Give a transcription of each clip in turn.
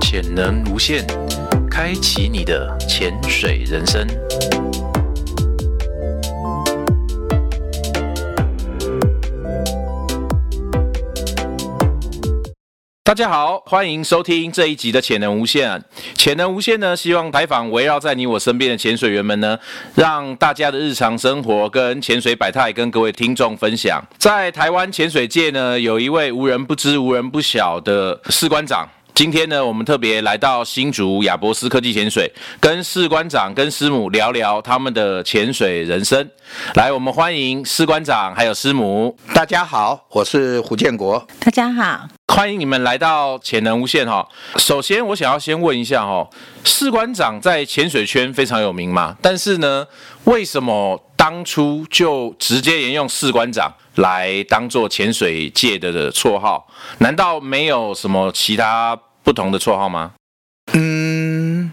潜能无限，开启你的潜水人生。大家好，欢迎收听这一集的《潜能无限》。潜能无限呢，希望采访围绕在你我身边的潜水员们呢，让大家的日常生活跟潜水百态跟各位听众分享。在台湾潜水界呢，有一位无人不知、无人不晓的士官长。今天呢，我们特别来到新竹亚博斯科技潜水，跟士官长跟师母聊聊他们的潜水人生。来，我们欢迎士官长还有师母。大家好，我是胡建国。大家好，欢迎你们来到潜能无限哈、首先，我想要先问一下哈、士官长在潜水圈非常有名嘛，但是呢，为什么当初就直接沿用士官长来当做潜水界的的绰号？难道没有什么其他不同的绰号吗？嗯，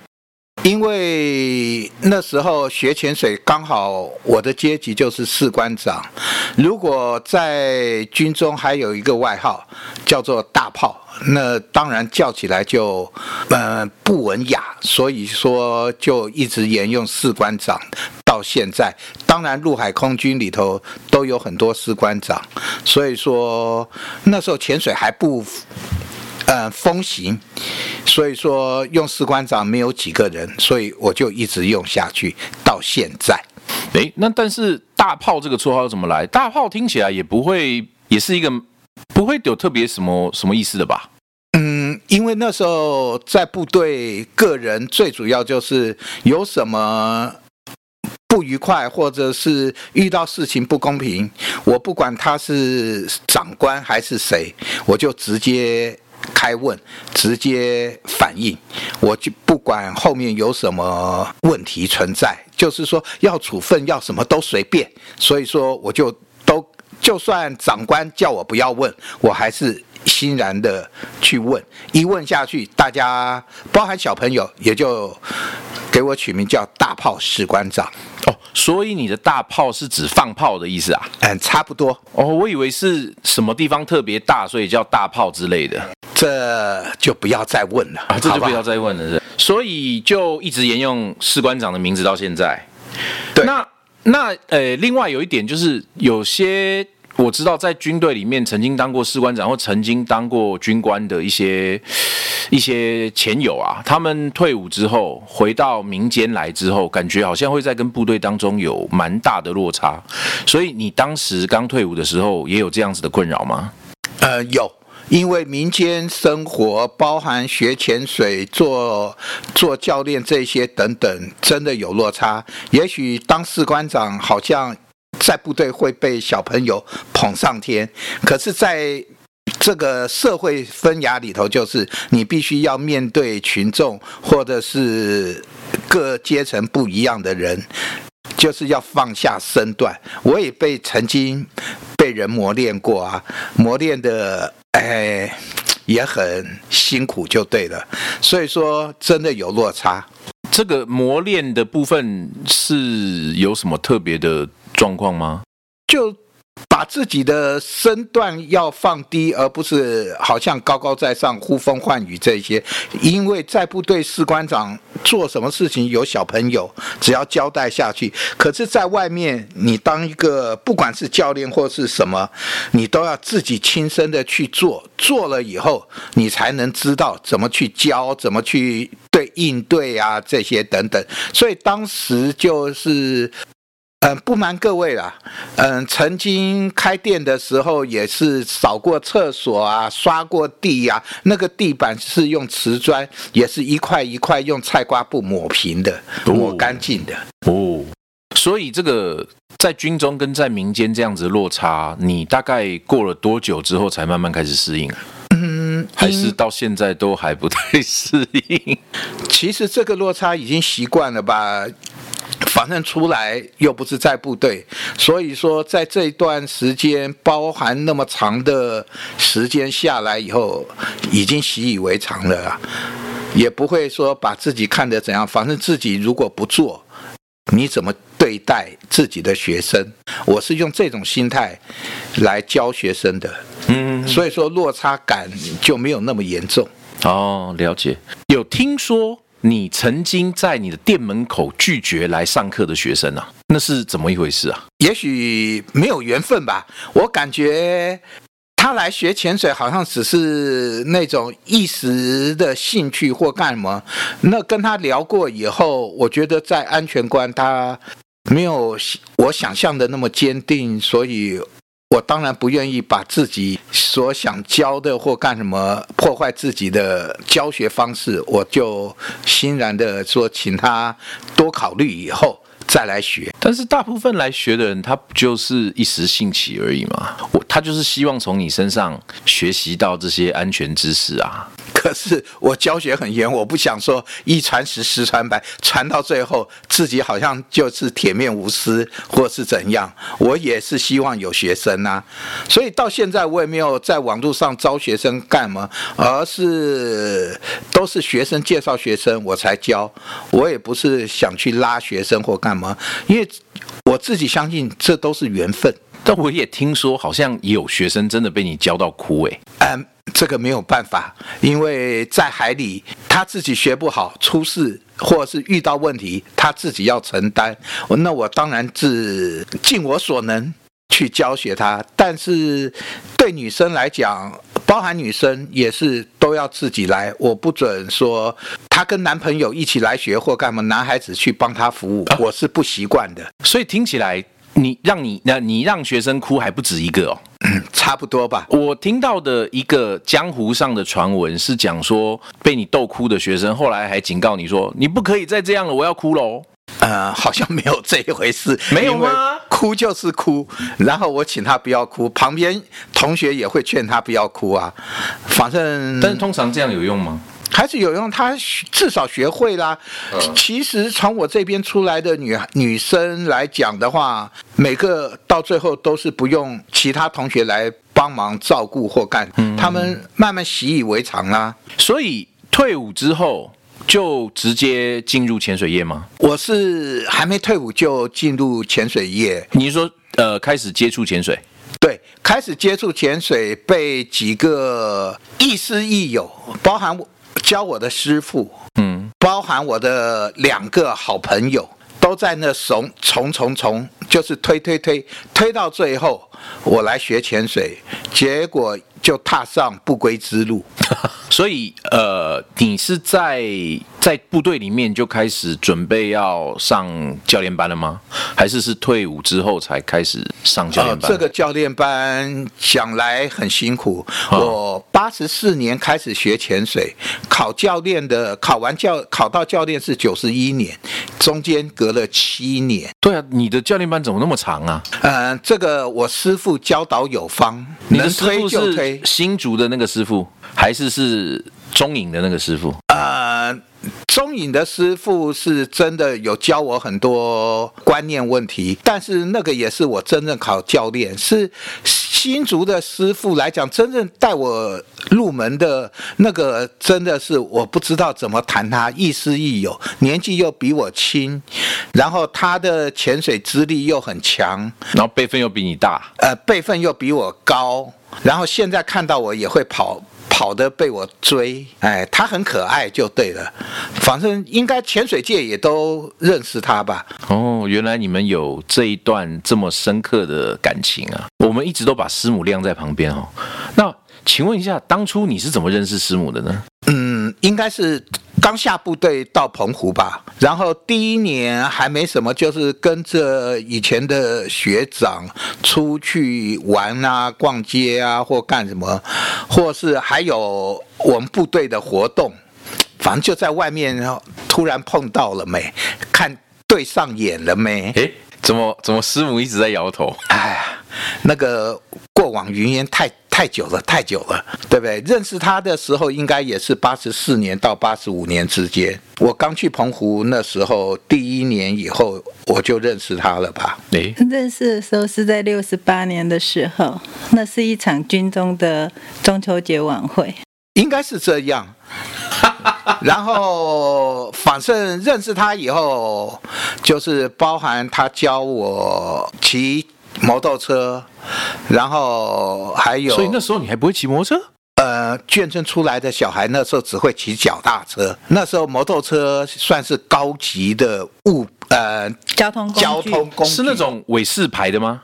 因为那时候学潜水，刚好我的阶级就是士官长。如果在军中还有一个外号叫做大炮，那当然叫起来就呃不文雅，所以说就一直沿用士官长到现在。当然，陆海空军里头都有很多士官长，所以说那时候潜水还不呃风行，所以说用士官长没有几个人，所以我就一直用下去到现在。诶，那但是大炮这个绰号怎么来？大炮听起来也不会，也是一个不会有特别什么什么意思的吧？嗯，因为那时候在部队，个人最主要就是有什么。不愉快，或者是遇到事情不公平，我不管他是长官还是谁，我就直接开问，直接反应，我就不管后面有什么问题存在，就是说要处分要什么都随便，所以说我就都就算长官叫我不要问，我还是欣然的去问。一问下去，大家包含小朋友也就给我取名叫大炮士官长，哦，所以你的大炮是指放炮的意思啊？嗯，差不多。哦，我以为是什么地方特别大，所以叫大炮之类的这就不要再问了，啊，这好就吧不要再问了是。所以就一直沿用士官长的名字到现在。对那那呃，另外有一点就是，有些我知道在军队里面曾经当过士官长或曾经当过军官的一些一些前友啊，他们退伍之后回到民间来之后，感觉好像会在跟部队当中有蛮大的落差。所以你当时刚退伍的时候，也有这样子的困扰吗？呃，有，因为民间生活包含学潜水、做做教练这些等等，真的有落差。也许当士官长好像在部队会被小朋友捧上天，可是，在这个社会分涯里头，就是你必须要面对群众，或者是各阶层不一样的人，就是要放下身段。我也被曾经被人磨练过啊，磨练的哎也很辛苦，就对了。所以说，真的有落差。这个磨练的部分是有什么特别的状况吗？就把自己的身段要放低，而不是好像高高在上、呼风唤雨这些。因为在部队士官长做什么事情有小朋友，只要交代下去。可是，在外面，你当一个不管是教练或是什么，你都要自己亲身的去做，做了以后，你才能知道怎么去教，怎么去对应对啊这些等等。所以当时就是嗯，不瞒各位啦，嗯，曾经开店的时候也是扫过厕所啊，刷过地呀、那个地板是用瓷砖，也是一块一块用菜瓜布抹平的，哦抹干净的。哦，所以这个在军中跟在民间这样子的落差，你大概过了多久之后才慢慢开始适应？嗯，还是到现在都还不太适应。其实这个落差已经习惯了吧。反正出来又不是在部队，所以说在这一段时间，包含那么长的时间下来以后，已经习以为常了啊，也不会说把自己看得怎样。反正自己如果不做，你怎么对待自己的学生？我是用这种心态来教学生的， 嗯，所以说落差感就没有那么严重。哦，了解。有听说你曾经在你的店门口拒绝来上课的学生啊？那是怎么一回事啊？也许没有缘分吧。我感觉他来学潜水，好像只是那种一时的兴趣或干嘛。那跟他聊过以后，我觉得在安全观他没有我想象的那么坚定，所以。我当然不愿意把自己所想教的或干什么破坏自己的教学方式，我就欣然的说，请他多考虑以后再来学。但是大部分来学的人，他不就是一时兴起而已嘛？我他就是希望从你身上学习到这些安全知识啊。可是我教学很严，我不想说一传十，十传百，传到最后自己好像就是铁面无私，或是怎样。我也是希望有学生呐、所以到现在我也没有在网络上招学生干嘛，而是都是学生介绍学生我才教，我也不是想去拉学生或干嘛，因为我自己相信这都是缘分。但我也听说，好像也有学生真的被你教到哭欸诶、嗯，这个没有办法，因为在海里他自己学不好，出事或者是遇到问题，他自己要承担。我那我当然是尽我所能去教学他，但是对女生来讲，包含女生也是都要自己来，我不准说她跟男朋友一起来学或干嘛，男孩子去帮她服务，我是不习惯的。所以听起来你让你那你让学生哭还不止一个哦。差不多吧，我听到的一个江湖上的传闻是讲说，被你逗哭的学生后来还警告你说，你不可以再这样了，哦我要哭喽。呃，好像没有这一回事， 没有吗啊因为哭就是哭，然后我请他不要哭，旁边同学也会劝他不要哭啊。反正，嗯但是通常这样有用吗？还是有用，他学至少学会啦。嗯其实从我这边出来的女女生来讲的话，每个到最后都是不用其他同学来帮忙照顾或干，嗯他们慢慢习以为常啦、所以退伍之后就直接进入潜水业吗？我是还没退伍就进入潜水业，你是说呃开始接触潜水？对，开始接触潜水，被几个亦师亦友，包含我教我的师傅，嗯，包含我的两个好朋友，都在那怂从从从，就是推推推推到最后，我来学潜水，结果就踏上不归之路。所以呃你是在在部队里面就开始准备要上教练班了吗？还是是退伍之后才开始上教练班？呃这个教练班想来很辛苦。哦我八十四年开始学潜水，考教练的，考完教考到教练是九十一年，中间隔了七年。对啊，你的教练班怎么那么长啊？嗯，这个我师傅教导有方，你的能师推傅就推是。新竹的那个师傅，还是是中影的那个师傅？呃，中影的师傅是真的有教我很多观念问题，但是那个也是我真正考教练，是新竹的师傅来讲，真正带我入门的那个真的是我不知道怎么谈他，亦师亦友，年纪又比我轻，然后他的潜水资历又很强，然后辈分又比你大，呃，辈分又比我高，然后现在看到我也会跑。跑的被我追，哎，他很可爱就对了，反正应该潜水界也都认识他吧。哦，原来你们有这一段这么深刻的感情啊！我们一直都把师母晾在旁边哦。那请问一下，当初你是怎么认识师母的呢？嗯，应该是刚下部队到澎湖吧，然后第一年还没什么，就是跟着以前的学长出去玩啊、逛街啊，或干什么，或是还有我们部队的活动，反正就在外面突然碰到了没，看对上眼了没。诶，怎么怎么师母一直在摇头？哎呀，那个过往云烟太太久了，太久了，对不对？认识他的时候，应该也是八十四年到八十五年之间。我刚去澎湖那时候，第一年以后我就认识他了吧？ 诶， 认识的时候是在六十八年的时候，那是一场军中的中秋节晚会。应该是这样。然后，反正认识他以后，就是包含他教我骑摩托车，然后还有，所以那时候你还不会骑摩托车？呃，眷村出来的小孩那时候只会骑脚踏车，那时候摩托车算是高级的物，呃，交通工具交通工具是那种尾式牌的吗？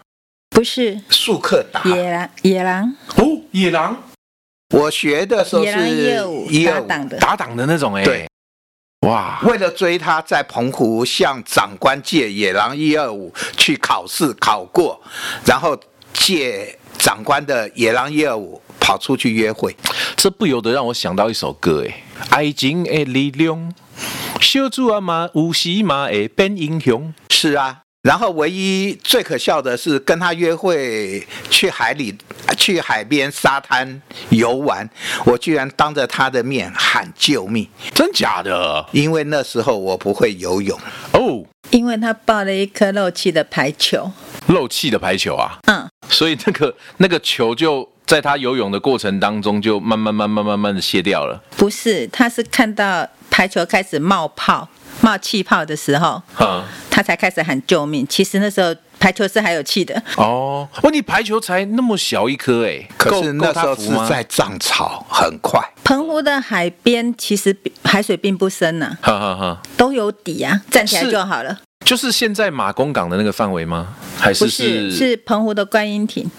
不是速克达。野狼，野狼哦，野狼我学的时候野狼是125 125搭档的打档的那种哎、对，哇，为了追他，在澎湖向长官借野狼一二五去考试，考过，然后借长官的野狼一二五跑出去约会。这不由得让我想到一首歌哎、爱情的力量，小猪阿妈有时嘛会变英雄。是啊，然后唯一最可笑的是跟他约会去海里、去海边沙滩游玩，我居然当着他的面喊救命，真假的因为那时候我不会游泳。哦，因为他抱了一颗漏气的排球，漏气的排球啊，嗯，所以那个那个球就在他游泳的过程当中，就慢慢慢慢慢慢的卸掉了。不是，他是看到排球开始冒泡、冒气泡的时候，啊、他才开始喊救命。其实那时候排球是还有气的，哦，哇，你排球才那么小一颗哎、可够是那时候够他是扶吗在涨潮，很快。澎湖的海边其实比海水并不深呐、哈哈哈，都有底啊，站起来是就好了。就是现在马公港的那个范围吗？还不是是，是澎湖的观音亭，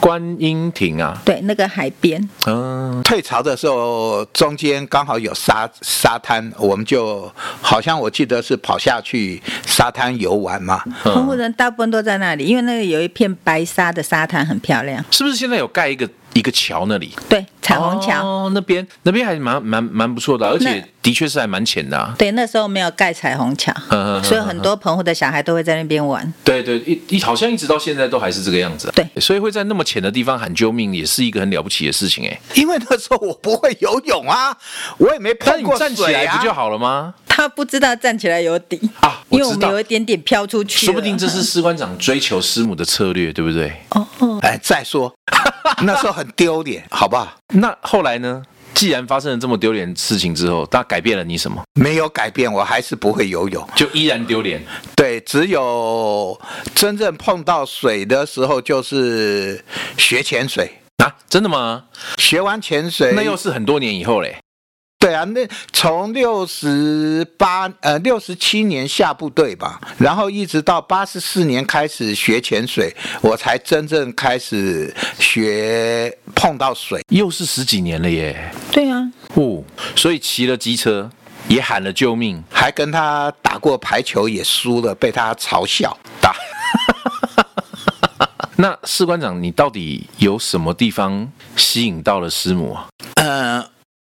观音亭啊？对，那个海边。嗯、退潮的时候，中间刚好有沙沙滩，我们就好像我记得是跑下去沙滩游玩嘛。嗯澎湖人大部分都在那里，因为那里有一片白沙的沙滩很漂亮。是不是现在有盖一个一个桥那里？对，彩虹桥。哦，那边那边还蛮蛮蛮不错的啊，而且那的确是还蛮浅的、啊。对，那时候没有盖彩虹桥嗯嗯嗯，所以很多澎湖的小孩都会在那边玩。对对，一一好像一直到现在都还是这个样子、啊。对所以会在那么浅的地方喊救命，也是一个很了不起的事情哎、因为那时候我不会游泳啊，我也没但碰你过水啊。站起来不就好了吗？他不知道站起来有底啊我因为我知们道有一点点飘出去了。说不定这 是士官长追求师母的策略，对不对？哎，再说 那时候很丢脸，好不好？那后来呢？既然发生了这么丢脸的事情之后，他改变了你什么？没有改变，我还是不会游泳。就依然丢脸。对，只有真正碰到水的时候，就是学潜水。啊，真的吗？学完潜水，那又是很多年以后嘞。对啊，那从六十八呃六十七年下部队吧，然后一直到八十四年开始学潜水，我才真正开始学碰到水。又是十几年了耶！对啊，哦，所以骑了机车，也喊了救命，还跟他打过排球，也输了，被他嘲笑。打。那士官长，你到底有什么地方吸引到了师母啊？嗯，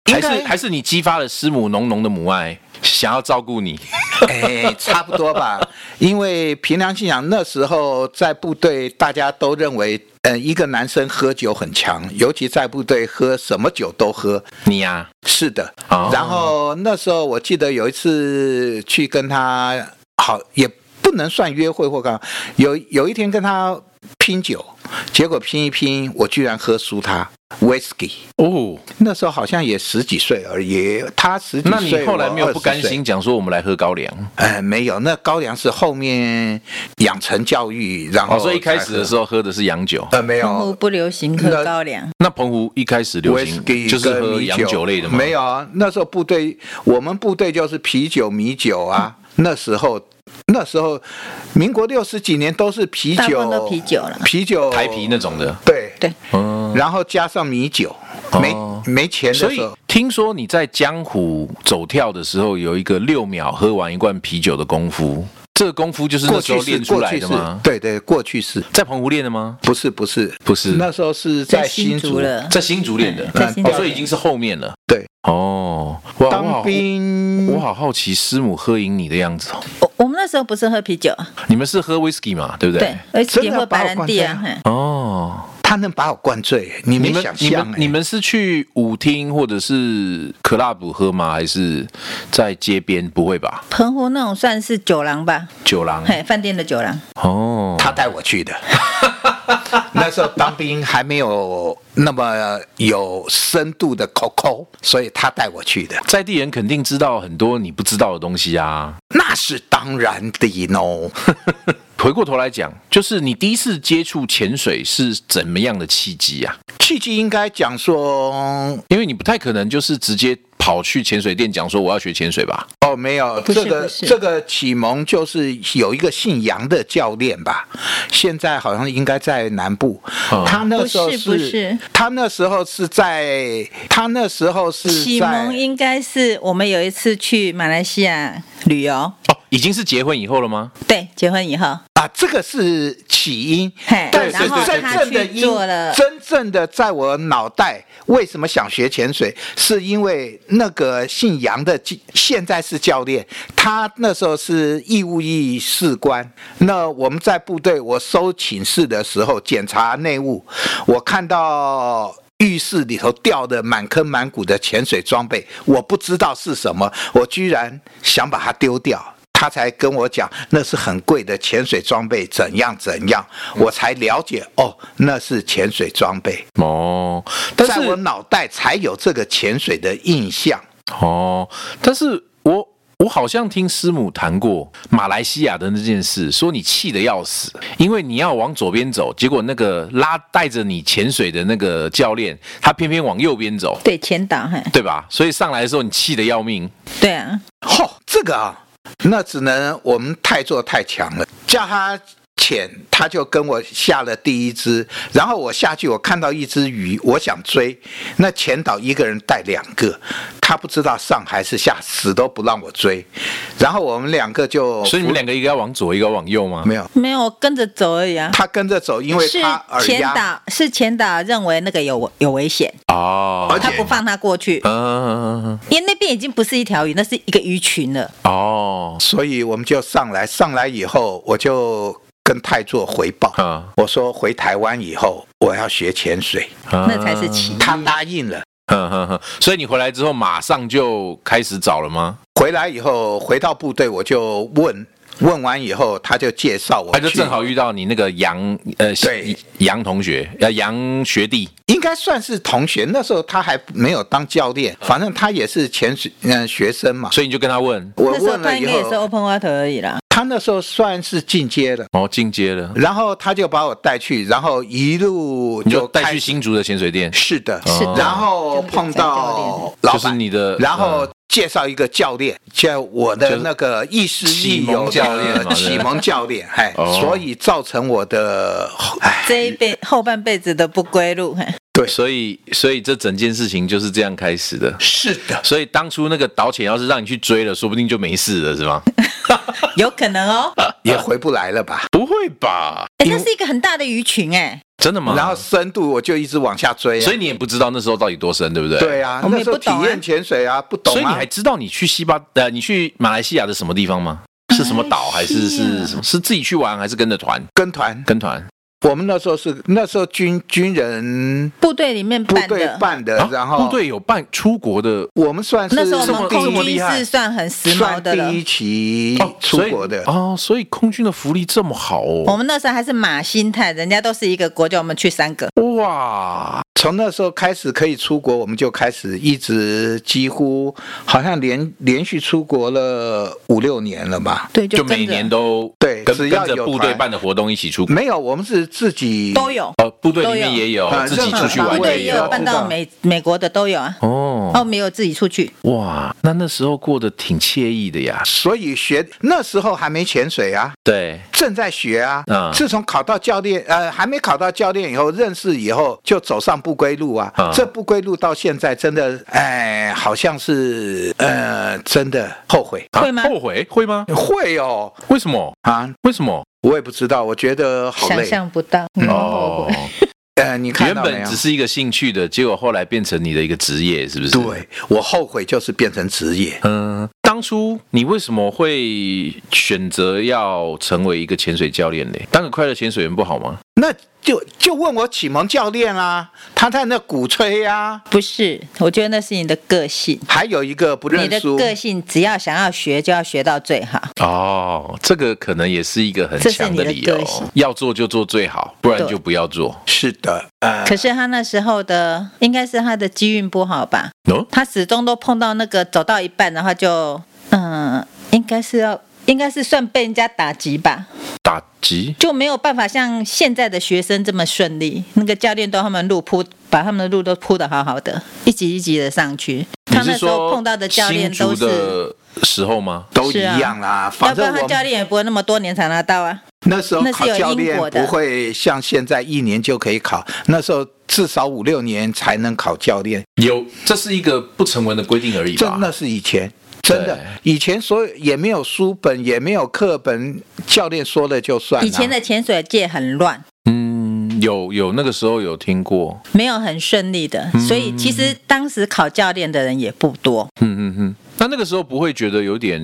应还该是还是你激发了师母浓浓的母爱，想要照顾你？ 哎，差不多吧。因为凭良心讲，那时候在部队，大家都认为，嗯、一个男生喝酒很强，尤其在部队喝什么酒都喝。你呀、是的，哦然后那时候我记得有一次去跟他，好也不能算约会或干嘛，有有一天跟他拼酒，结果拼一拼，我居然喝输他 whisky。哦，那时候好像也十几岁而已，他十几那岁，你后来没有不甘我20岁心？讲说我们来喝高粱？哎，没有，那高粱是后面养成教育，然后、哦，所以一开始的时候，候喝的是洋酒。呃，没澎湖有。不流行喝高粱，那澎湖一开始流行 whisky 就是跟喝米洋酒类的吗？没有啊，那时候部队，我们部队就是啤酒、米酒啊。那时候，那时候，民国六十几年都是啤大部酒分，都啤酒了啤酒台啤那种的。对对，嗯，然后加上米酒，没哦没钱所的时以候，听说你在江湖走跳的时候，有一个六秒喝完一罐啤酒的功夫，这个功夫就是那过时候去练是出过来去的是吗，？对对，过去是，在澎湖练的吗？不是不是不是那时候是在新新竹竹了，在新竹练的，在新哦竹，所以已经是后面了。对，哦，哇，我好当，兵我好好奇师母喝饮你的样子哦。我我们那时候不是喝啤酒，你们是喝 whisky 嘛？对不对？对，而且真的也要喝把我白兰地啊，灌嘿哦，他能把我灌醉，你你没们想你象们哎你们是去舞厅或者是 club 喝吗？还是在街边？不会吧？澎湖那种算是酒廊吧，酒廊嘿，饭店的酒廊，哦，他带我去的。 那时候当兵还没有那么有深度的 COCO，所以他带我去的，在地人肯定知道很多你不知道的东西啊。那是当然的喏。回过头来讲，就是你第一次接触潜水是怎么样的契机啊？ 契机应该讲说，因为你不太可能就是直接跑去潜水店讲说我要学潜水吧？哦，没有不是这个不是这个启蒙就是有一个姓杨的教练吧，现在好像应该在南部。哦他那时候不是不是他那时候是在他那时候是在启蒙应该是我们有一次去马来西亚旅游，哦，已经是结婚以后了吗？对，结婚以后，啊，这个是起因嘿，但是然后真他正的去因做了，真正的在我脑袋为什么想学潜水，是因为那个姓杨的教现在是教练，他那时候是义务役士官。那我们在部队，我收寝室的时候检查内务，我看到。浴室里头掉的满坑满谷的潜水装备，我不知道是什么，我居然想把它丢掉，他才跟我讲那是很贵的潜水装备，怎样怎样，嗯我才了解哦，那是潜水装备，哦，但在我是脑袋才有这个潜水的印象。哦，但是我我好像听师母谈过马来西亚的那件事，说你气得要死，因为你要往左边走，结果那个拉带着你潜水的那个教练，他偏偏往右边走，对，前导，嘿，对吧？所以上来的时候你气得要命。对啊，嚯、这个啊，那只能我们太做太强了，叫他潜，他就跟我下了第一只，然后我下去，我看到一只鱼，我想追，那潜导一个人带两个，他不知道上还是下，死都不让我追，然后我们两个就，所以你们两个一个要往左，一个要往右吗？没有。没有我跟着走而已啊。他跟着走，因为是他耳前压导是前导认为那个有有危险，哦，而且他不放他过去，嗯，因为那边已经不是一条鱼，那是一个鱼群了。哦，所以我们就上来。上来以后，我就跟泰做回报，啊，我说回台湾以后我要学潜水，那那才是奇嗯他答应了。哼哼哼， 所以你回来之后马上就开始找了吗？回来以后，回到部队我就问，问完以后他就介绍我他去，就正好遇到你那个杨呃对杨同学呃杨学弟应该算是同学。那时候他还没有当教练，嗯反正他也是潜水嗯、学生嘛。所以你就跟他问我那时候问他了应以该也是后， open water 而已啦。他那时候算是进阶了。哦进阶了，然后他就把我带去，然后一路你就带开去新竹的潜水店，是的，是的然后碰到哦老就是板，你的然后嗯介绍一个教练，叫我的那个亦师亦启蒙友教练嘛的启蒙教练，哎哦，所以造成我的哎，这一辈后半辈子的不归路， 嘿对，所以所以这整件事情就是这样开始的。是的，所以当初那个导潜要是让你去追了，说不定就没事了，是吗？有可能哦。呃也回 不来了吧？不会吧？哎，那是一个很大的鱼群哎，真的吗？然后深度我就一直往下追嗯啊，所以你也不知道那时候到底多深，对不对？对啊，我们那也时候不体懂啊验潜水啊，不懂所以你啊还，知道你去西巴呃，你去马来西亚的什么地方吗？是什么岛还是是什么？是自己去玩还是跟着团？跟团。跟团我们那时候是那时候军军人部队里面部办队的。办的啊，呃然后部队有办出国的我们算是那时候我们第一空军是算很时髦的算了第。一期出国哦的。所以哦，所以空军的福利这么好我哦，们那时候还是马心态，人家都是一个国家，我们去三个。哦哇，从那时候开始可以出国，我们就开始一直几乎好像连连续出国了五六年了吧？对，就跟每着年都对跟只跟要着有部队团嗯办的活动一起出国，没有，我们是自己都有，哦，部队里面都有也有啊，自己任何出去玩部部队队也也有有有。搬到美美国的都有啊，哦，澳没有自己出去，哇，那那时候过得挺惬意的呀。所以学那时候还没潜水啊，对，正在学啊。嗯自从考到教练，呃，还没考到教练以后，认识以后就走上不归路啊。嗯这不归路到现在真的，哎，好像是呃，真的后悔。啊会吗后悔会吗？会哦为什么？啊，为什么？我也不知道，我觉得好想累。象不到。嗯哦，呃，你看原到没本有只？是一个兴趣的，结果后来变成你的一个职业，是不是？。对我后悔就是变成职业。嗯，当初你为什么会选择要成为一个潜水教练呢？当个快乐潜水员不好吗？那就就问我启蒙教练啊，他在那鼓吹啊，不是，我觉得那是你的个性，还有一个不你认的输，个性只要想要学就要学到最好。哦，这个可能也是一个很这是强你的理由个性，要做就做最好，不然对就不要做。是的，呃，可是他那时候的应该是他的机运不好吧，哦，他始终都碰到那个走到一半，然后就嗯，应该是要。应该是算被人家打击吧，打击就没有办法像现在的学生这么顺利。那个教练都他们路铺，把他们的路都铺得好好的，一级一级的上去。你他那是时候说碰到的教练都新竹是，的时候吗？都一是啊样啦。要反不然正他我教练也不会那么多年才拿到啊。那时候那是考有教因练果的不会像现在一年就可以考，那时候至少五六年才能考教练，有，这是一个不成文的规定而已这吧。那是以前。真的对，以前所有也没有书本，也没有课本，教练说了就算、啊。以前的潜水界很乱，嗯，有有，那个时候有听过。没有很顺利的，所以其实当时考教练的人也不多。嗯嗯嗯。那那个时候不会觉得有点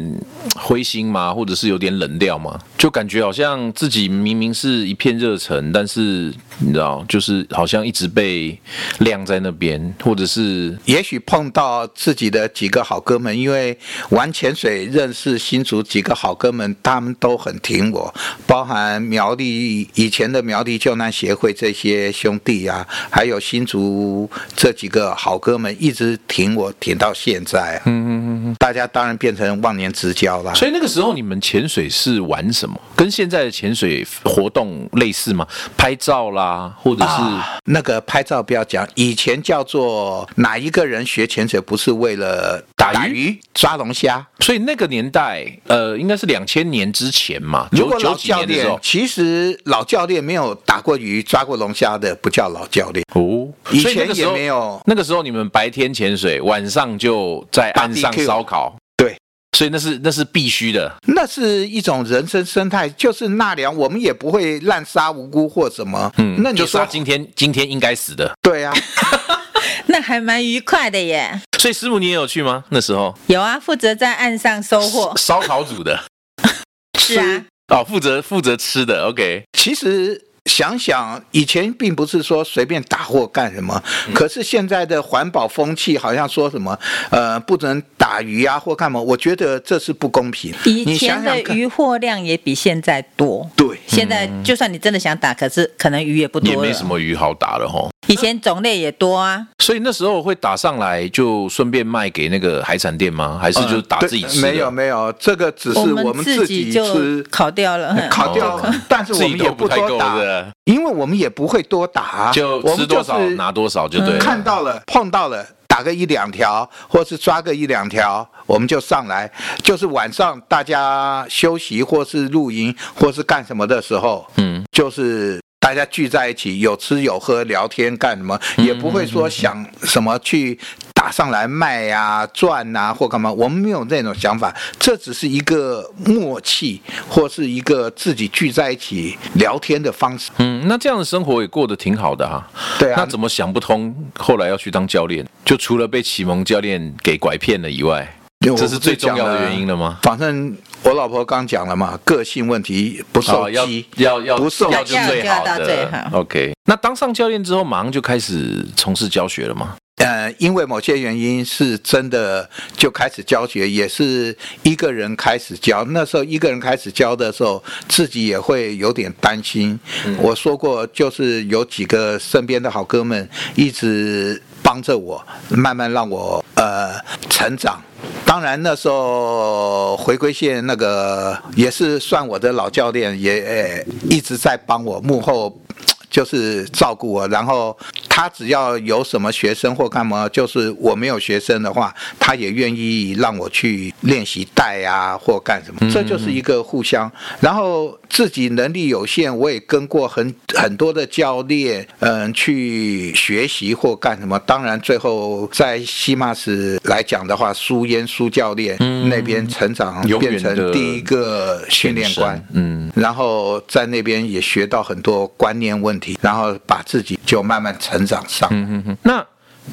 灰心吗？或者是有点冷掉吗？就感觉好像自己明明是一片热忱，但是你知道，就是好像一直被晾在那边，或者是也许碰到自己的几个好哥们，因为玩潜水认识新竹几个好哥们，他们都很挺我，包含苗栗以前的苗栗救难协会这些兄弟啊，还有新竹这几个好哥们一直挺我，挺到现在、啊。嗯嗯嗯，大家当然变成忘年之交啦。所以那个时候你们潜水是玩什么？跟现在的潜水活动类似吗？拍照啦，或者是、那个拍照不要讲，以前叫做哪一个人学潜水不是为了打鱼鱼抓龙虾？所以那个年代，呃，应该是两千年之前嘛，如九果九老几教年的时练候，。其实老教练没有打过鱼、抓过龙虾的，不叫老教练。哦，以所那前个时也候没有，那个时候你们白天潜水，晚上就在岸上 Barbecue 烧烤。对，所以那是那是必须的。那是一种人生生态，就是纳凉，我们也不会滥杀无辜或什么。嗯，那你就是他说今天今天应该死的。对啊？那还蛮愉快的耶。所以师傅你也有去吗？那时候有啊，负责在岸上收获， 烧烤组的 是啊，哦，负责负责吃的。OK，其实想想，以前并不是说随便打或干什么，嗯可是现在的环保风气好像说什么呃不能打鱼啊或干嘛，我觉得这是不公平。以你想前想的看渔获量也比现在多。对。现在就算你真的想打，可是可能鱼也不嗯多也了。没什么鱼好打了吼。以前种类也多啊，所以那时候会打上来，就顺便卖给那个海产店吗？还是就打自己呃对吃的？没有没有，这个只是我们自己就吃，烤掉了。嗯烤掉哦了，但是自我己们都也不太多够打，的，因为我们也不会多打，就我吃们多就少是嗯拿多少就对了。看到了碰到了。打个一两条，或是抓个一两条，我们就上来。就是晚上大家休息，或是露营，或是干什么的时候，嗯，就是大家聚在一起，有吃有喝，聊天干什么，嗯也不会说想什么去打上来卖呀、赚呐、或干嘛。我们没有那种想法，这只是一个默契，或是一个自己聚在一起聊天的方式。嗯，那这样的生活也过得挺好的啊。对啊那怎么想不通后来要去当教练？就除了被启蒙教练给拐骗了以外，这是最重要的原因了吗？反正我老婆刚讲了嘛，个性问题不受哦要激，要要不受要就要最就要好到的最好 OK，那当上教练之后，马上就开始从事教学了吗？呃，因为某些原因是真的就开始教学，也是一个人开始教。那时候一个人开始教的时候，自己也会有点担心。我说过，就是有几个身边的好哥们一直帮着我，慢慢让我呃成长。当然那时候回归线那个也是算我的老教练，也、呃一直在帮我幕后就是照顾我。然后他只要有什么学生或干嘛，就是我没有学生的话，他也愿意让我去练习带啊或干什嗯么。这就是一个互相。然后自己能力有限，我也跟过很很多的教练，嗯，去学习或干什么。当然，最后在西马斯来讲的话，苏烟苏教练那边成长嗯永远变成的第一个训练官，嗯，然后在那边也学到很多观念问题，然后把自己就慢慢成长上。嗯那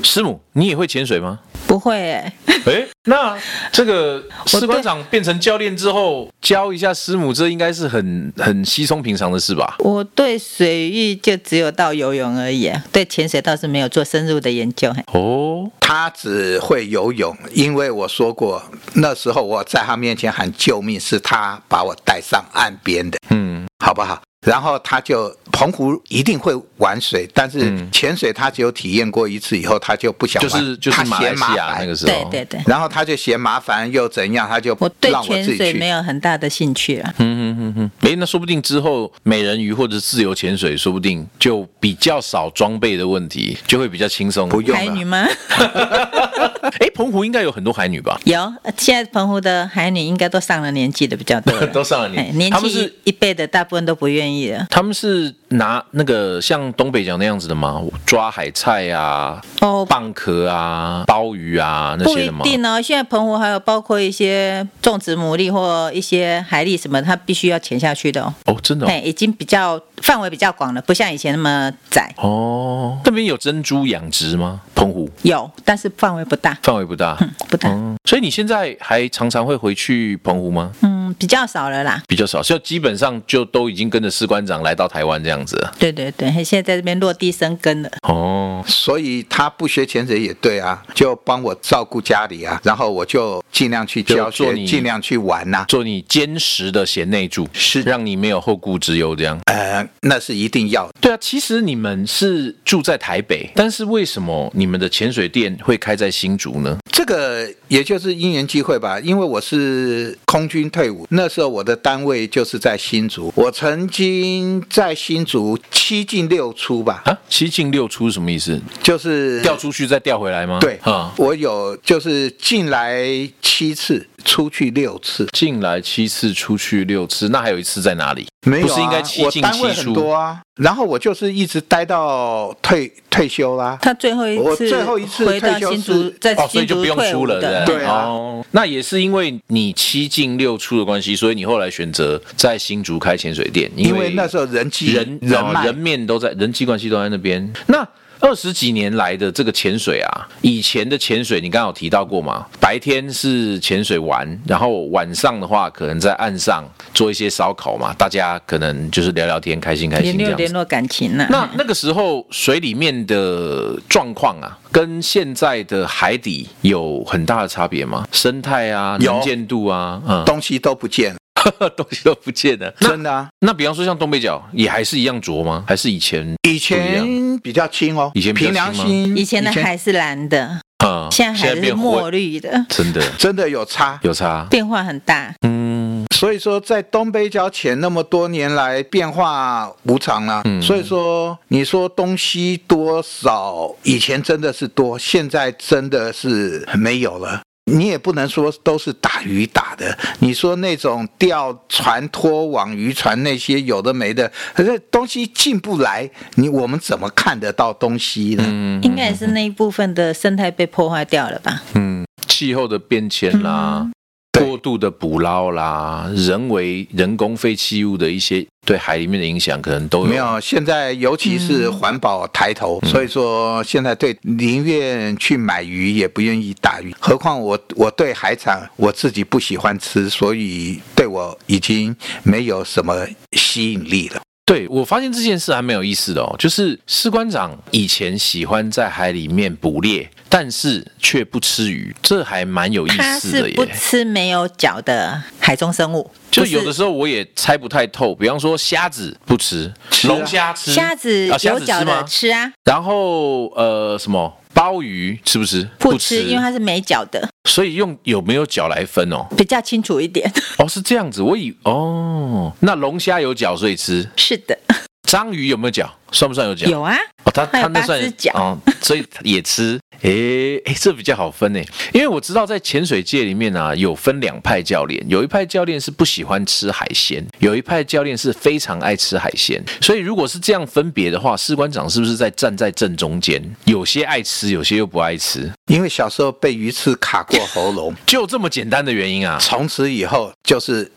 师母，你也会潜水 吗？不会哎、哎，那这个对士官长变成教练之后，教一下师母，这应该是很很稀松平常的事吧？我对水域就只有到游泳而已、啊，对潜水倒是没有做深入的研究。嘿哦，他只会游泳，因为我说过，那时候我在他面前喊救命，是他把我带上岸边的，嗯，好不好？然后他就澎湖一定会玩水，但是嗯潜水他只有体验过一次以后，他就不想就玩，是就是他马来嫌西麻亚烦那个时对候，对对，然后他就嫌麻烦又怎样，他就我对让我潜自己水去没有很大的兴趣啊。嗯嗯嗯嗯，哎，那说不定之后美人鱼或者自由潜水，说不定就比较少装备的问题，就会比较轻松。不用海女了。吗？ 哎，澎湖应该有很多海女吧？有，呃现在澎湖的海女应该都上了年纪的比较多了， 都上了年哎年他们纪是一一辈的大部分都不愿意啊了。他们是拿那个像东北角那样子的吗？抓海菜啊、哦，蚌壳啊、鲍鱼啊那不些一的吗？定哦，现在澎湖还有包括一些种植牡蛎或一些海蛎什么，它必须要潜下去的哦。哦，真的哎，已经比较范围比较广了，不像以前那么窄。哦。哦，那边有珍珠养殖吗？澎湖有，但是范围不大，范围不大。嗯，不大，嗯，所以你现在还常常会回去澎湖吗？嗯，比较少了啦。比较少，所以基本上就都已经跟着士官长来到台湾这样子了。对对对，现在在这边落地生根了。哦，所以他不学潜水也对啊，就帮我照顾家里啊，然后我就尽量去就教做学，你尽量去玩啊呐、做你坚实的贤内助，是让你没有后顾之忧这样。呃，那是一定要的。对啊，其实你们是住在台北，但是为什么你们的潜水店会开在新竹呢？这个也就是因缘机会吧，因为我是空军退伍，那时候我的单位就是在新竹，我曾经在新竹七进六出吧，啊，七进六出是什么意思？就是掉出去再掉回来吗？呃对啊，，我有就是进来七次，出去六次，进来七次，出去六次，那还有一次在哪里？没有、啊，不是应该七我进单位七很出多啊，然后我就是一直待到退退休啦。他最后一我次，最后一次回到退休新是竹，在哦，所以新就竹不用退出伍了，的，不对啊哦，那也是因为你七进六出的关系，所以你后来选择在新竹开潜水店，因为为那时候人际人人哦脉人面都在，人际关系都在那边。那二十几年来的这个潜水啊，以前的潜水你刚刚有提到过嘛？白天是潜水玩，然后晚上的话可能在岸上做一些烧烤嘛，大家可能就是聊聊天，开心开联心这络样联子。嗯络感情呢、那那个时候水里面的状况啊，跟现在的海底有很大的差别吗？生态啊，有能见度啊，嗯，东西都不见了， 东西都不见了。那真的、啊。那比方说像东北角也还是一样浊吗？还是以前以前比较轻哦，以前比较凭轻吗良心，以前的海是蓝的，啊，现在海是变墨灰，绿的，真的真的有差。有 差。变化很大。嗯，所以说，在东北角潜那么多年来，变化无常啦、嗯所以说，你说东西多少，以前真的是多，现在真的是没有了。你也不能说都是打鱼打的，你说那种钓船、拖网、渔船那些有的没的，可是东西进不来，你我们怎么看得到东西呢？应该也是那一部分的生态被破坏掉了吧？嗯，气候的变迁嗯啦，对过度的捕捞啦，人为人工废弃物的一些对海里面的影响，可能都有。没有，现在尤其是环保抬头，所以说现在对宁愿去买鱼也不愿意打鱼。何况我我对海产我自己不喜欢吃，所以对我已经没有什么吸引力了。对我发现这件事还蛮有意思的哦，就是士官长以前喜欢在海里面捕猎，但是却不吃鱼，这还蛮有意它思嗯是的耶。不吃没有脚的海中生物，就不是有的时候我也猜不太透，比方说虾子不吃，吃啊龙虾吃，虾子啊虾有子脚吃的吗？吃啊，然后呃什么鲍鱼吃不吃？不吃，因为它是没脚的，所以用有没有脚来分哦。比较清楚一点。 哦，是这样子，我以哦，那龙虾有脚所以吃，是的，章鱼有没有脚？算不算有脚？有啊，哦，它它有它那八算只脚哦，所以也吃。诶诶，这比较好分诶，因为我知道在潜水界里面啊，有分两派教练，有一派教练是不喜欢吃海鲜，有一派教练是非常爱吃海鲜。所以如果是这样分别的话，士官长是不是在站在正中间？有些爱吃，有些又不爱吃，因为小时候被鱼刺卡过喉咙，就这么简单的原因啊。从此以后就是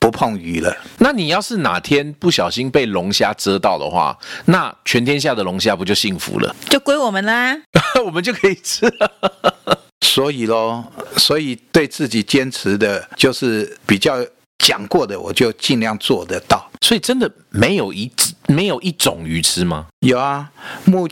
不碰鱼了。那你要是哪天不小心被龙虾蛰到的话，那全天下的龙虾不就幸福了？ 就归我们啦。我们就可以吃啊了。所以咯，所以对自己坚持的，就是比较讲过的，我就尽量做得到。所以真的没有一只没有一种鱼吃吗？有啊，目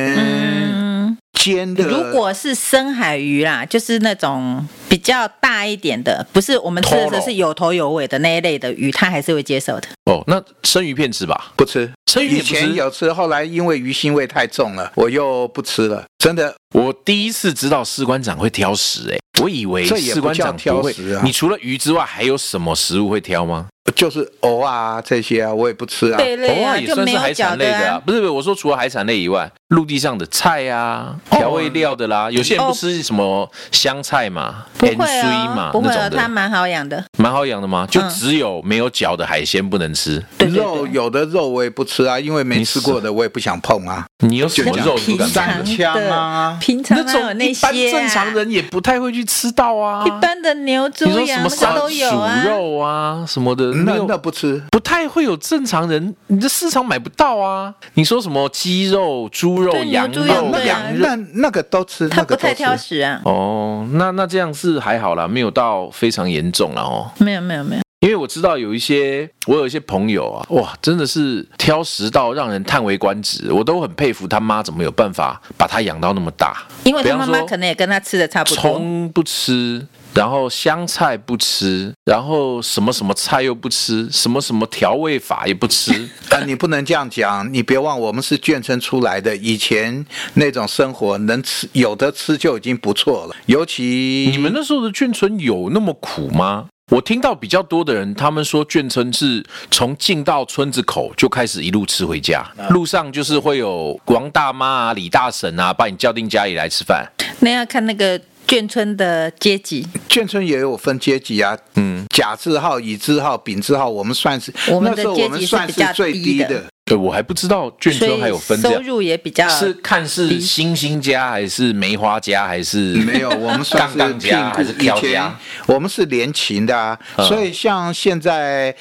前嗯，煎的，如果是深海鱼啦，就是那种比较大一点的，不是我们吃的 Toro 是有头有尾的那一类的鱼，它还是会接受的。哦，那生鱼片吃吧，不吃，生鱼片以不前吃。有吃，后来因为鱼腥味太重了，我又不吃了。真的，我第一次知道士官长会挑食、欸，我以为这也士不官叫长不会挑食啊你除了鱼之外，还有什么食物会挑吗？就是偶啊这些啊，我也不吃啊。贝类偶哦啊，尔也就算没是海有脚产类的啊。不是不是，我说除了海产类以外，陆地上的菜啊、哦调味料的啦，有些人不吃什么香菜嘛、不 N 会 C 哦嘛，不会那哦，种它的，蛮好养的。蛮好养的吗？就嗯只有没有脚的海鲜不能吃。对对肉对，有的肉我也不吃啊，因为没你吃过的我也不想碰啊。你有什么就肉你平不敢三碰常的？枪啊的，平常那哪有种那一些般啊正常人也不太会去吃到啊。一般的牛、猪你说、什羊么那个烧都有啊鼠。肉啊什么的，没那有那不吃，不太会有正常人，你这市场买不到啊。你说什么鸡肉、猪肉、对牛羊猪肉羊那对啊两那那个都吃，它那不个太都挑吃。食啊，哦，那那这样是还好啦，没有到非常严重了哦。没有没有没有，因为我知道有一些，我有一些朋友啊，哇，真的是挑食到让人叹为观止，我都很佩服他妈怎么有办法把他养到那么大。因为比他方妈妈说可能也跟他吃的差不多。葱不吃，然后香菜不吃，然后什么什么菜又不吃，什么什么调味法也不吃。啊，你不能这样讲，你别忘我们是眷村出来的，以前那种生活能吃有的吃就已经不错了。尤其你们那时候的眷村有那么苦吗？我听到比较多的人，他们说眷村是从进到村子口就开始一路吃回家，啊路上就是会有王大妈啊、李大婶啊，把你叫进家里来吃饭。那要看那个眷村的阶级，眷村也有分阶级啊，嗯，甲字号、乙字号、丙字号，我们算是我们的那时候阶我级们算是比较最低的的。对我还不知道眷所村还有以分这收样，入啊也比较是看是星星家还是梅花家还是 没有，我们算是杠杠聘家雇还是以挑前家，我们是联勤的啊，嗯所以像现在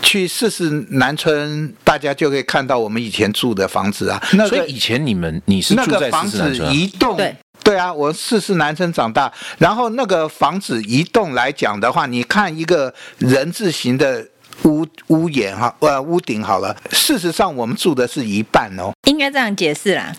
去四四南村，大家就可以看到我们以前住的房子啊。那个所以以前你们你是那住个在房四四南子村啊、一栋对。对啊，我四四南村长大，然后那个房子一栋来讲的话，你看一个人字形的屋屋檐哈，呃屋顶好了，事实上我们住的是一半哦，应该这样解释啦。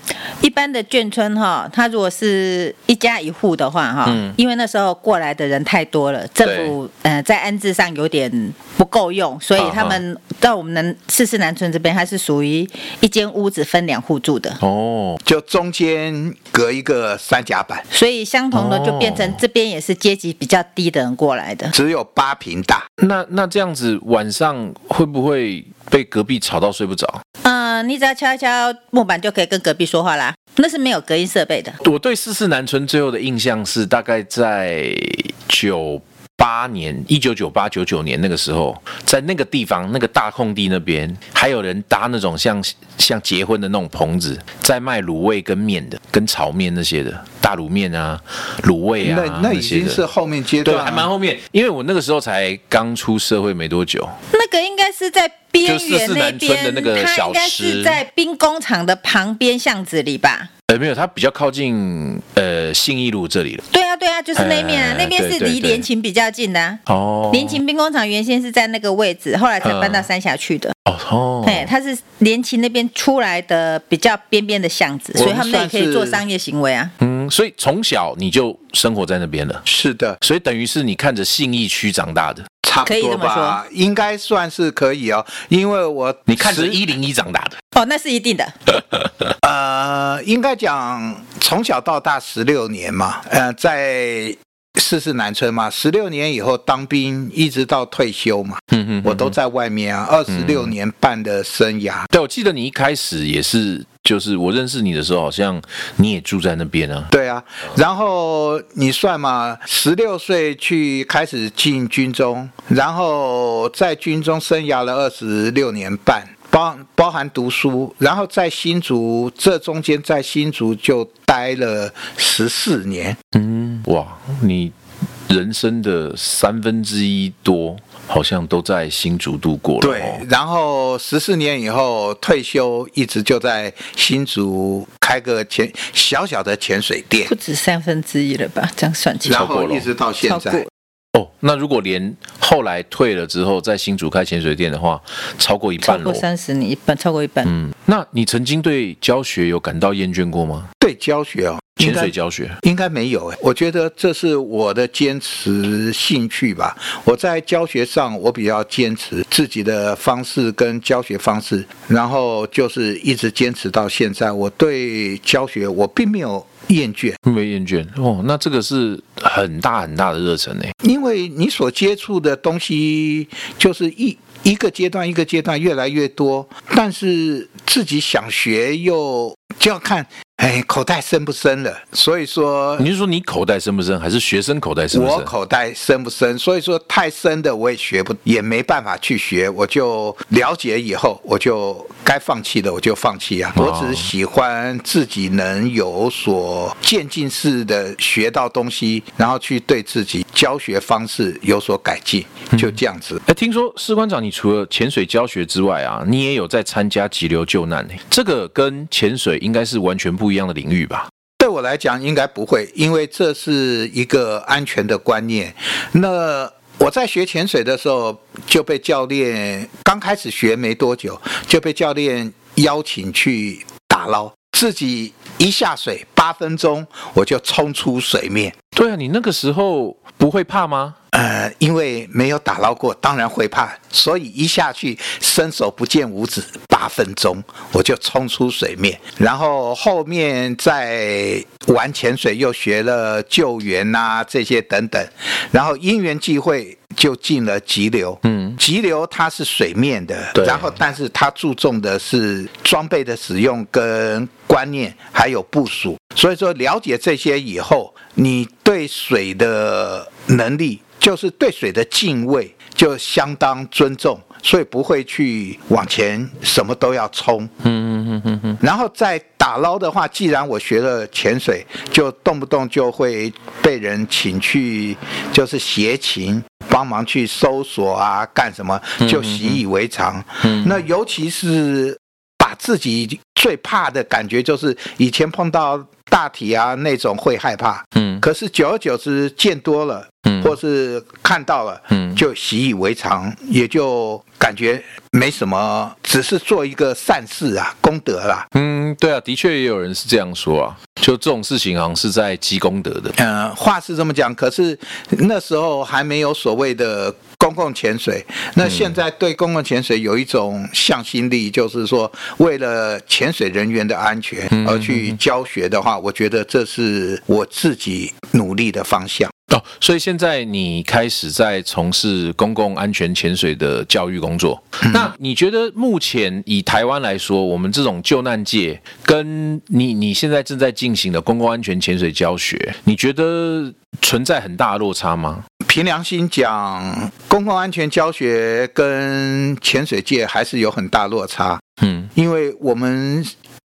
一般的眷村哈，它如果是一家一户的话哈，嗯因为那时候过来的人太多了，政府呃在安置上有点不够用，所以他啊们到我们南四四南村这边，它是属于一间屋子分两户住的。哦，就中间隔一个三甲板，所以相同的就变哦成这边也是阶级比较低的人过来的，只有八平大，那那这样子晚上会不会被隔壁吵到睡不着？嗯，你只要敲一敲木板就可以跟隔壁说话啦，那是没有隔音设备的。我对四四南村最后的印象是，大概在九八年，一九九八九九年那个时候，在那个地方那个大空地那边，还有人搭那种像像结婚的那种棚子，在卖卤味跟面的，跟炒面那些的，大卤面啊、卤味啊那那已些的经是后面阶对，段啊、还蛮后面，因为我那个时候才刚出社会没多久。那个应该是在边缘那就四四南村边，的那个它小吃应该是在兵工厂的旁边巷子里吧？呃，没有，它比较靠近呃信义路这里了。对啊，对啊，就是那面啊，哎那边是对对离对联勤比较近的、啊。哦联勤兵工厂原先是在那个位置，后来才搬到三峡去的。哦哦，哎、它是联勤那边出来的比较边边的巷子，我们所以他们那里可算以是做商业行为啊。嗯，所以从小你就生活在那边了，是的，所以等于是你看着信义区长大的，差不可以多这么吧，应该算是可以哦，因为我你看着十一零一长大的，哦，那是一定的。呃，应该讲从小到大十六年嘛，呃，在四四南村嘛，十六年以后当兵一直到退休嘛，嗯哼我都在外面啊，二十六年半的生涯。对，我记得你一开始也是，就是我认识你的时候，好像你也住在那边啊。对啊，然后你算嘛，十六岁去开始进军中，然后在军中生涯了二十六年半，包包含读书，然后在新竹这中间在新竹就待了十四年，嗯，哇，你人生的三分之一多，好像都在新竹度过了、哦。然后十四年以后退休，一直就在新竹开个潜小小的潜水店不，止三分之一了吧？这样算起来然超过后了一直到现超过在。哦，那如果连后来退了之后，在新竹开潜水店的话，超过一超半喽过。三十，你一半超过一半。嗯，那你曾经对教学有感到厌倦过吗？对教学哦，潜应该水教学，应该没有诶，我觉得这是我的坚持兴趣吧。我在教学上，我比较坚持自己的方式跟教学方式，然后就是一直坚持到现在。我对教学我并没有厌倦，没厌倦哦。那这个是很大很大的热忱呢。因为你所接触的东西就是一。一个阶段一个阶段越来越多，但是自己想学又就要看，哎，口袋深不深了。所以说，你是说你口袋深不深，还是学生口袋深不我深？口袋深不深，所以说太深的我也学不，也没办法去学。我就了解以后，我就该放弃的我就放弃啊。哦我只喜欢自己能有所渐进式的学到东西，然后去对自己教学方式有所改进，就这样子。哎，听说士官长，你除了潜水教学之外啊，你也有在参加急流救难呢。这个跟潜水应该是完全不一样的领域吧？对我来讲应该不会，因为这是一个安全的观念。那我在学潜水的时候就被教练，刚开始学没多久就被教练邀请去打捞，自己一下水八分钟我就冲出水面。对啊，你那个时候不会怕吗？呃，因为没有打捞过，当然会怕，所以一下去伸手不见五指，八分钟我就冲出水面，然后后面再玩潜水，又学了救援呐、这些等等，然后因缘际会就进了急流。嗯，急流它是水面的对，然后但是它注重的是装备的使用跟观念，还有部署。所以说，了解这些以后，你对水的能力，就是对水的敬畏，就相当尊重，所以不会去往前什么都要冲。嗯嗯嗯嗯然后再打捞的话，既然我学了潜水，就动不动就会被人请去，就是协勤帮忙去搜索啊，干什么嗯就习以为常。那尤其是把自己最怕的感觉，就是以前碰到大体啊那种会害怕，嗯可是久而久之见多了，嗯或是看到了，嗯就习以为常，也就感觉没什么，只是做一个善事啊，功德啦。嗯，对啊，的确也有人是这样说啊，就这种事情好像是在积功德的。呃，话是这么讲，可是那时候还没有所谓的公共潜水。那现在对公共潜水有一种向心力，就是说为了潜水人员的安全嗯而去教学的话，我觉得这是我自己努力的方向。哦，所以现在你开始在从事公共安全潜水的教育工作。那你觉得目前以台湾来说，我们这种救难界跟你你现在正在进行的公共安全潜水教学，你觉得存在很大的落差吗？凭良心讲，公共安全教学跟潜水界还是有很大落差。嗯因为我们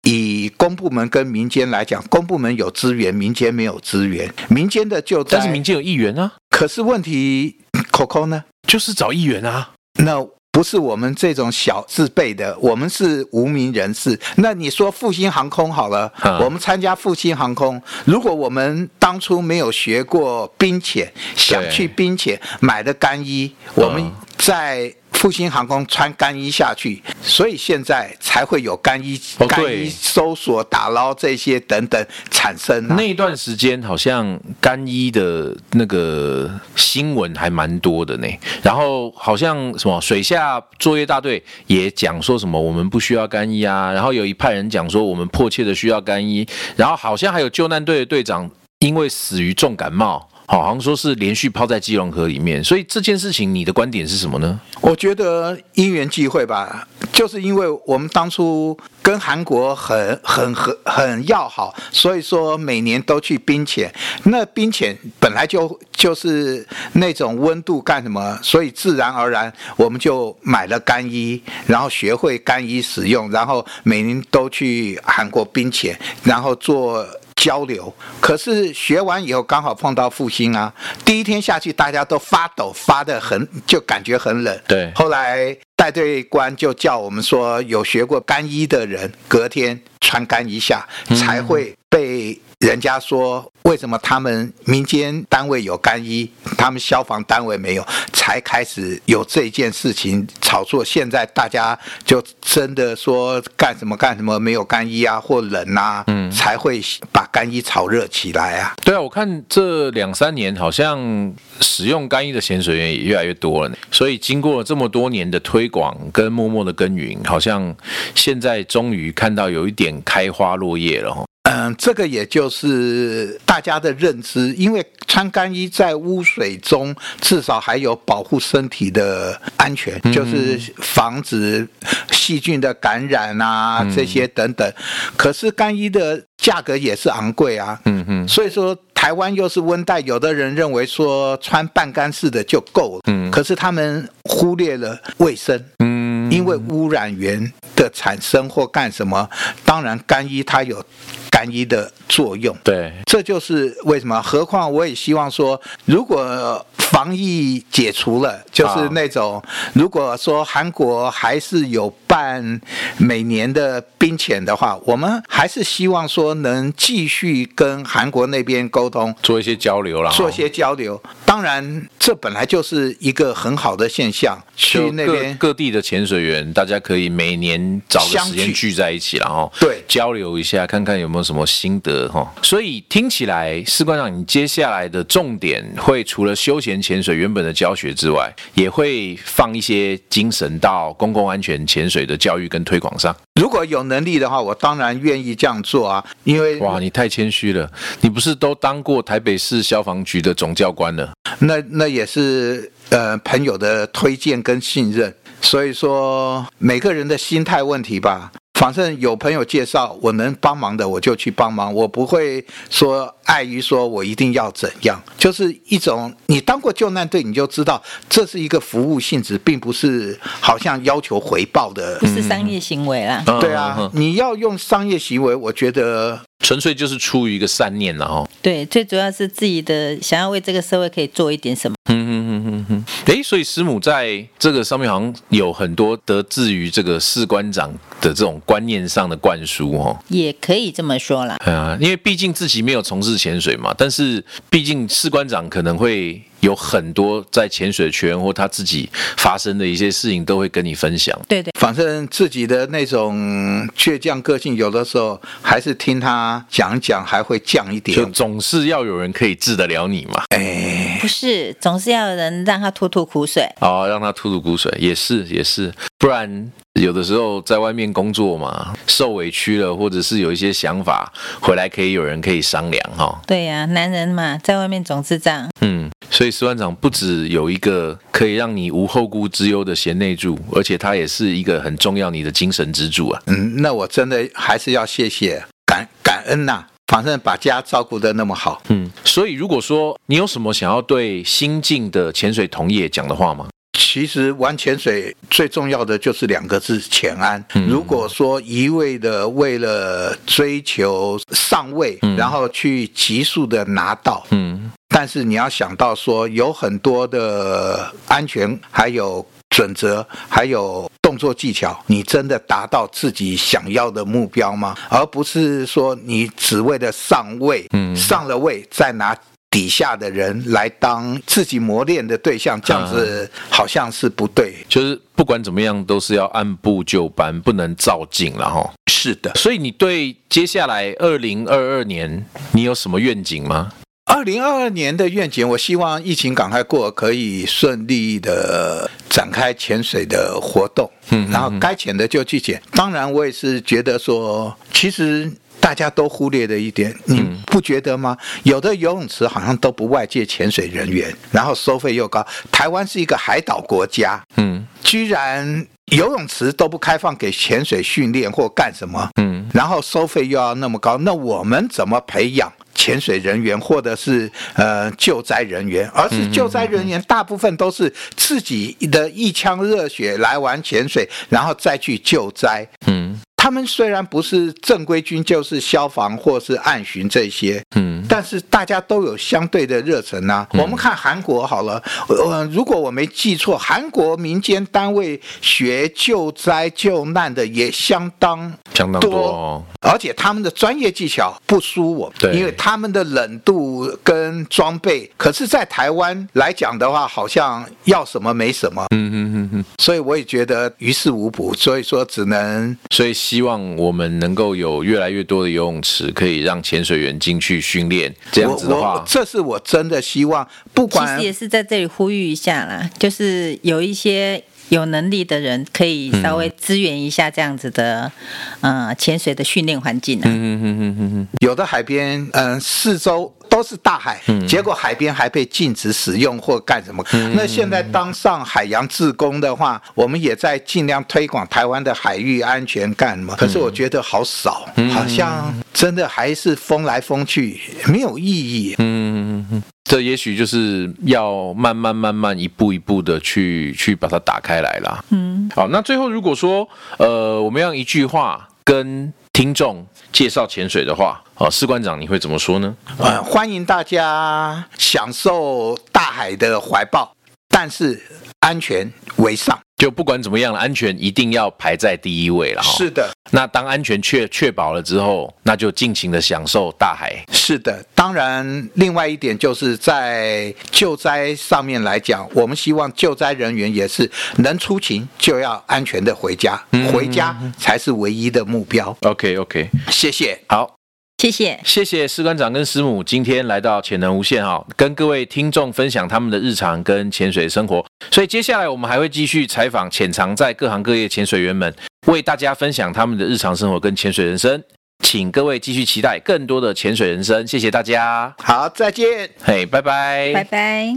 以公部门跟民间来讲，公部门有资源，民间没有资源，民间的救灾，但是民间有议员啊，可是问题，Coco 呢？就是找议员啊。那不是我们这种小自备的，我们是无名人士。那你说复兴航空好了，嗯我们参加复兴航空，如果我们当初没有学过冰潜，想去冰潜买的干衣，我们嗯在。复兴航空穿干衣下去，所以现在才会有干衣、哦对干衣搜索、打捞这些等等产生、啊。那一段时间好像干衣的那个新闻还蛮多的呢，然后好像什么水下作业大队也讲说什么我们不需要干衣啊，然后有一派人讲说我们迫切的需要干衣，然后好像还有救难队的队长因为死于重感冒。好，好像说是连续泡在基隆河里面，所以这件事情你的观点是什么呢？我觉得因缘际会吧，就是因为我们当初跟韩国很很很很要好，所以说每年都去冰潜。那冰潜本来就就是那种温度干什么，所以自然而然我们就买了干衣，然后学会干衣使用，然后每年都去韩国冰潜，然后做。交流，可是学完以后刚好碰到复兴啊，第一天下去大家都发抖，发的很就感觉很冷。对后来带队官就叫我们说，有学过干衣的人隔天穿干衣下，才会被人家说为什么他们民间单位有干衣，他们消防单位没有，才开始有这件事情炒作。现在大家就真的说干什么干什么没有干衣啊，或冷啊，嗯，才会把干衣炒热起来啊。对啊，我看这两三年好像使用干衣的潜水员也越来越多了呢，所以经过了这么多年的推广跟默默的耕耘，好像现在终于看到有一点开花落叶了哈。哦嗯，这个也就是大家的认知，因为穿干衣在污水中至少还有保护身体的安全，嗯就是防止细菌的感染啊、嗯这些等等。可是干衣的价格也是昂贵啊，嗯嗯，所以说台湾又是温带，有的人认为说穿半干式的就够了，嗯可是他们忽略了卫生，嗯因为污染源的产生或干什么，当然干衣它有干衣的作用，对，这就是为什么。何况我也希望说，如果防疫解除了，就是那种、如果说韩国还是有办每年的冰潜的话，我们还是希望说能继续跟韩国那边沟通，做一些交流啦，做些交流。当然，这本来就是一个很好的现象，去就那各边。各地的潜水员，大家可以每年找个时相聚间聚在一起，然后对交流一下，看看有没有什么心得哈。所以听起来，士官长，你接下来的重点会除了休闲潜水原本的教学之外，也会放一些精神到公共安全潜水的教育跟推广上。如果有能力的话，我当然愿意这样做啊，因为哇，你太谦虚了，你不是都当过台北市消防局的总教官了？那那也是呃朋友的推荐跟信任，所以说每个人的心态问题吧。反正有朋友介绍我能帮忙的，我就去帮忙，我不会说碍于说我一定要怎样，就是一种你当过救难队，你就知道这是一个服务性质，并不是好像要求回报的。不是商业行为啦。对啊嗯，，嗯你要用商业行为，我觉得纯粹就是出于一个善念了哈。对，最主要是自己的想要为这个社会可以做一点什么。嗯哼哼哼哼，哎，所以师母在这个上面好像有很多得志于这个士官长的这种观念上的灌输哦。也可以这么说啦，哎呀，因为毕竟自己没有从事潜水嘛，但是毕竟士官长可能会有很多在潜水圈或他自己发生的一些事情都会跟你分享。对对，反正自己的那种倔强个性，有的时候还是听他讲一讲，还会降一就点。总是要有人可以治得了你嘛，哎不是总是要有人让他吐吐苦水，哦，让他吐吐苦水，也是也是，不然有的时候在外面工作嘛，受委屈了，或者是有一些想法，回来可以有人可以商量哈、对呀、男人嘛，在外面总是这样，嗯，所以司官长不只有一个可以让你无后顾之忧的贤内助，而且他也是一个很重要你的精神支柱啊。嗯，那我真的还是要谢谢，感感恩呐、反正把家照顾得那么好，嗯，所以如果说你有什么想要对新进的潜水同业讲的话吗？其实玩潜水最重要的就是两个字：潜安。如果说一味的为了追求上位，然后去急速的拿到，嗯，但是你要想到说，有很多的安全，还有准则，还有动作技巧，你真的达到自己想要的目标吗？而不是说你只为了上位，嗯上了位再拿。底下的人来当自己磨练的对象，这样子好像是不对。就是不管怎么样都是要按部就班，不能照进了哈。是的，所以你对接下来二零二二年你有什么愿景吗？二零二二年的愿景，我希望疫情赶快过，可以顺利的展开潜水的活动，嗯，然后该潜的就去潜。当然，我也是觉得说，其实。大家都忽略的一点，你不觉得吗？有的游泳池好像都不外借潜水人员，然后收费又高。台湾是一个海岛国家，嗯居然游泳池都不开放给潜水训练或干什么，嗯，然后收费又要那么高，那我们怎么培养潜水人员或者是呃救灾人员？而是救灾人员大部分都是自己的一腔热血来玩潜水，然后再去救灾。嗯他们虽然不是正规军，就是消防或是暗巡这些，嗯但是大家都有相对的热忱呐、我们看韩国好了，呃，如果我没记错，韩国民间单位学救灾救难的也相当相当多哦而且他们的专业技巧不输我，对因为他们的冷度跟装备，可是，在台湾来讲的话，好像要什么没什么，嗯嗯嗯嗯，所以我也觉得于事无补，所以说只能所以希望我们能够有越来越多的游泳池，可以让潜水员进去训练。这样子的我话我，这是我真的希望，不其管实也是在这里呼吁一下啦，就是有一些有能力的人可以稍嗯微支援一下这样子的，呃，潜水的训练环境啊。嗯嗯嗯嗯有的海边，嗯、四周都是大海，结果海边还被禁止使用或干什么。那现在当上海洋志工的话，我们也在尽量推广台湾的海域安全干什么？可是我觉得好少，好像真的还是风来风去，没有意义。嗯嗯嗯，这也许就是要慢慢慢慢一步一步的去去把它打开来啦。嗯，好，那最后如果说呃，我们要用一句话跟听众介绍潜水的话，哦，士官长你会怎么说呢？呃，欢迎大家享受大海的怀抱，但是安全为上。就不管怎么样了，安全一定要排在第一位了哈。是，的。那当安全确确保了之后，那就尽情的享受大海。是的，当然，另外一点就是在救灾上面来讲，我们希望救灾人员也是能出勤就要安全的回家，回家才是唯一的目标。 OK OK，谢谢。好，谢谢。谢谢士官长跟师母今天来到潜能无限哈，跟各位听众分享他们的日常跟潜水生活。所以接下来我们还会继续采访潜藏在各行各业潜水员们，为大家分享他们的日常生活跟潜水人生。请各位继续期待更多的潜水人生，谢谢大家，好，再见。嘿，拜拜拜拜。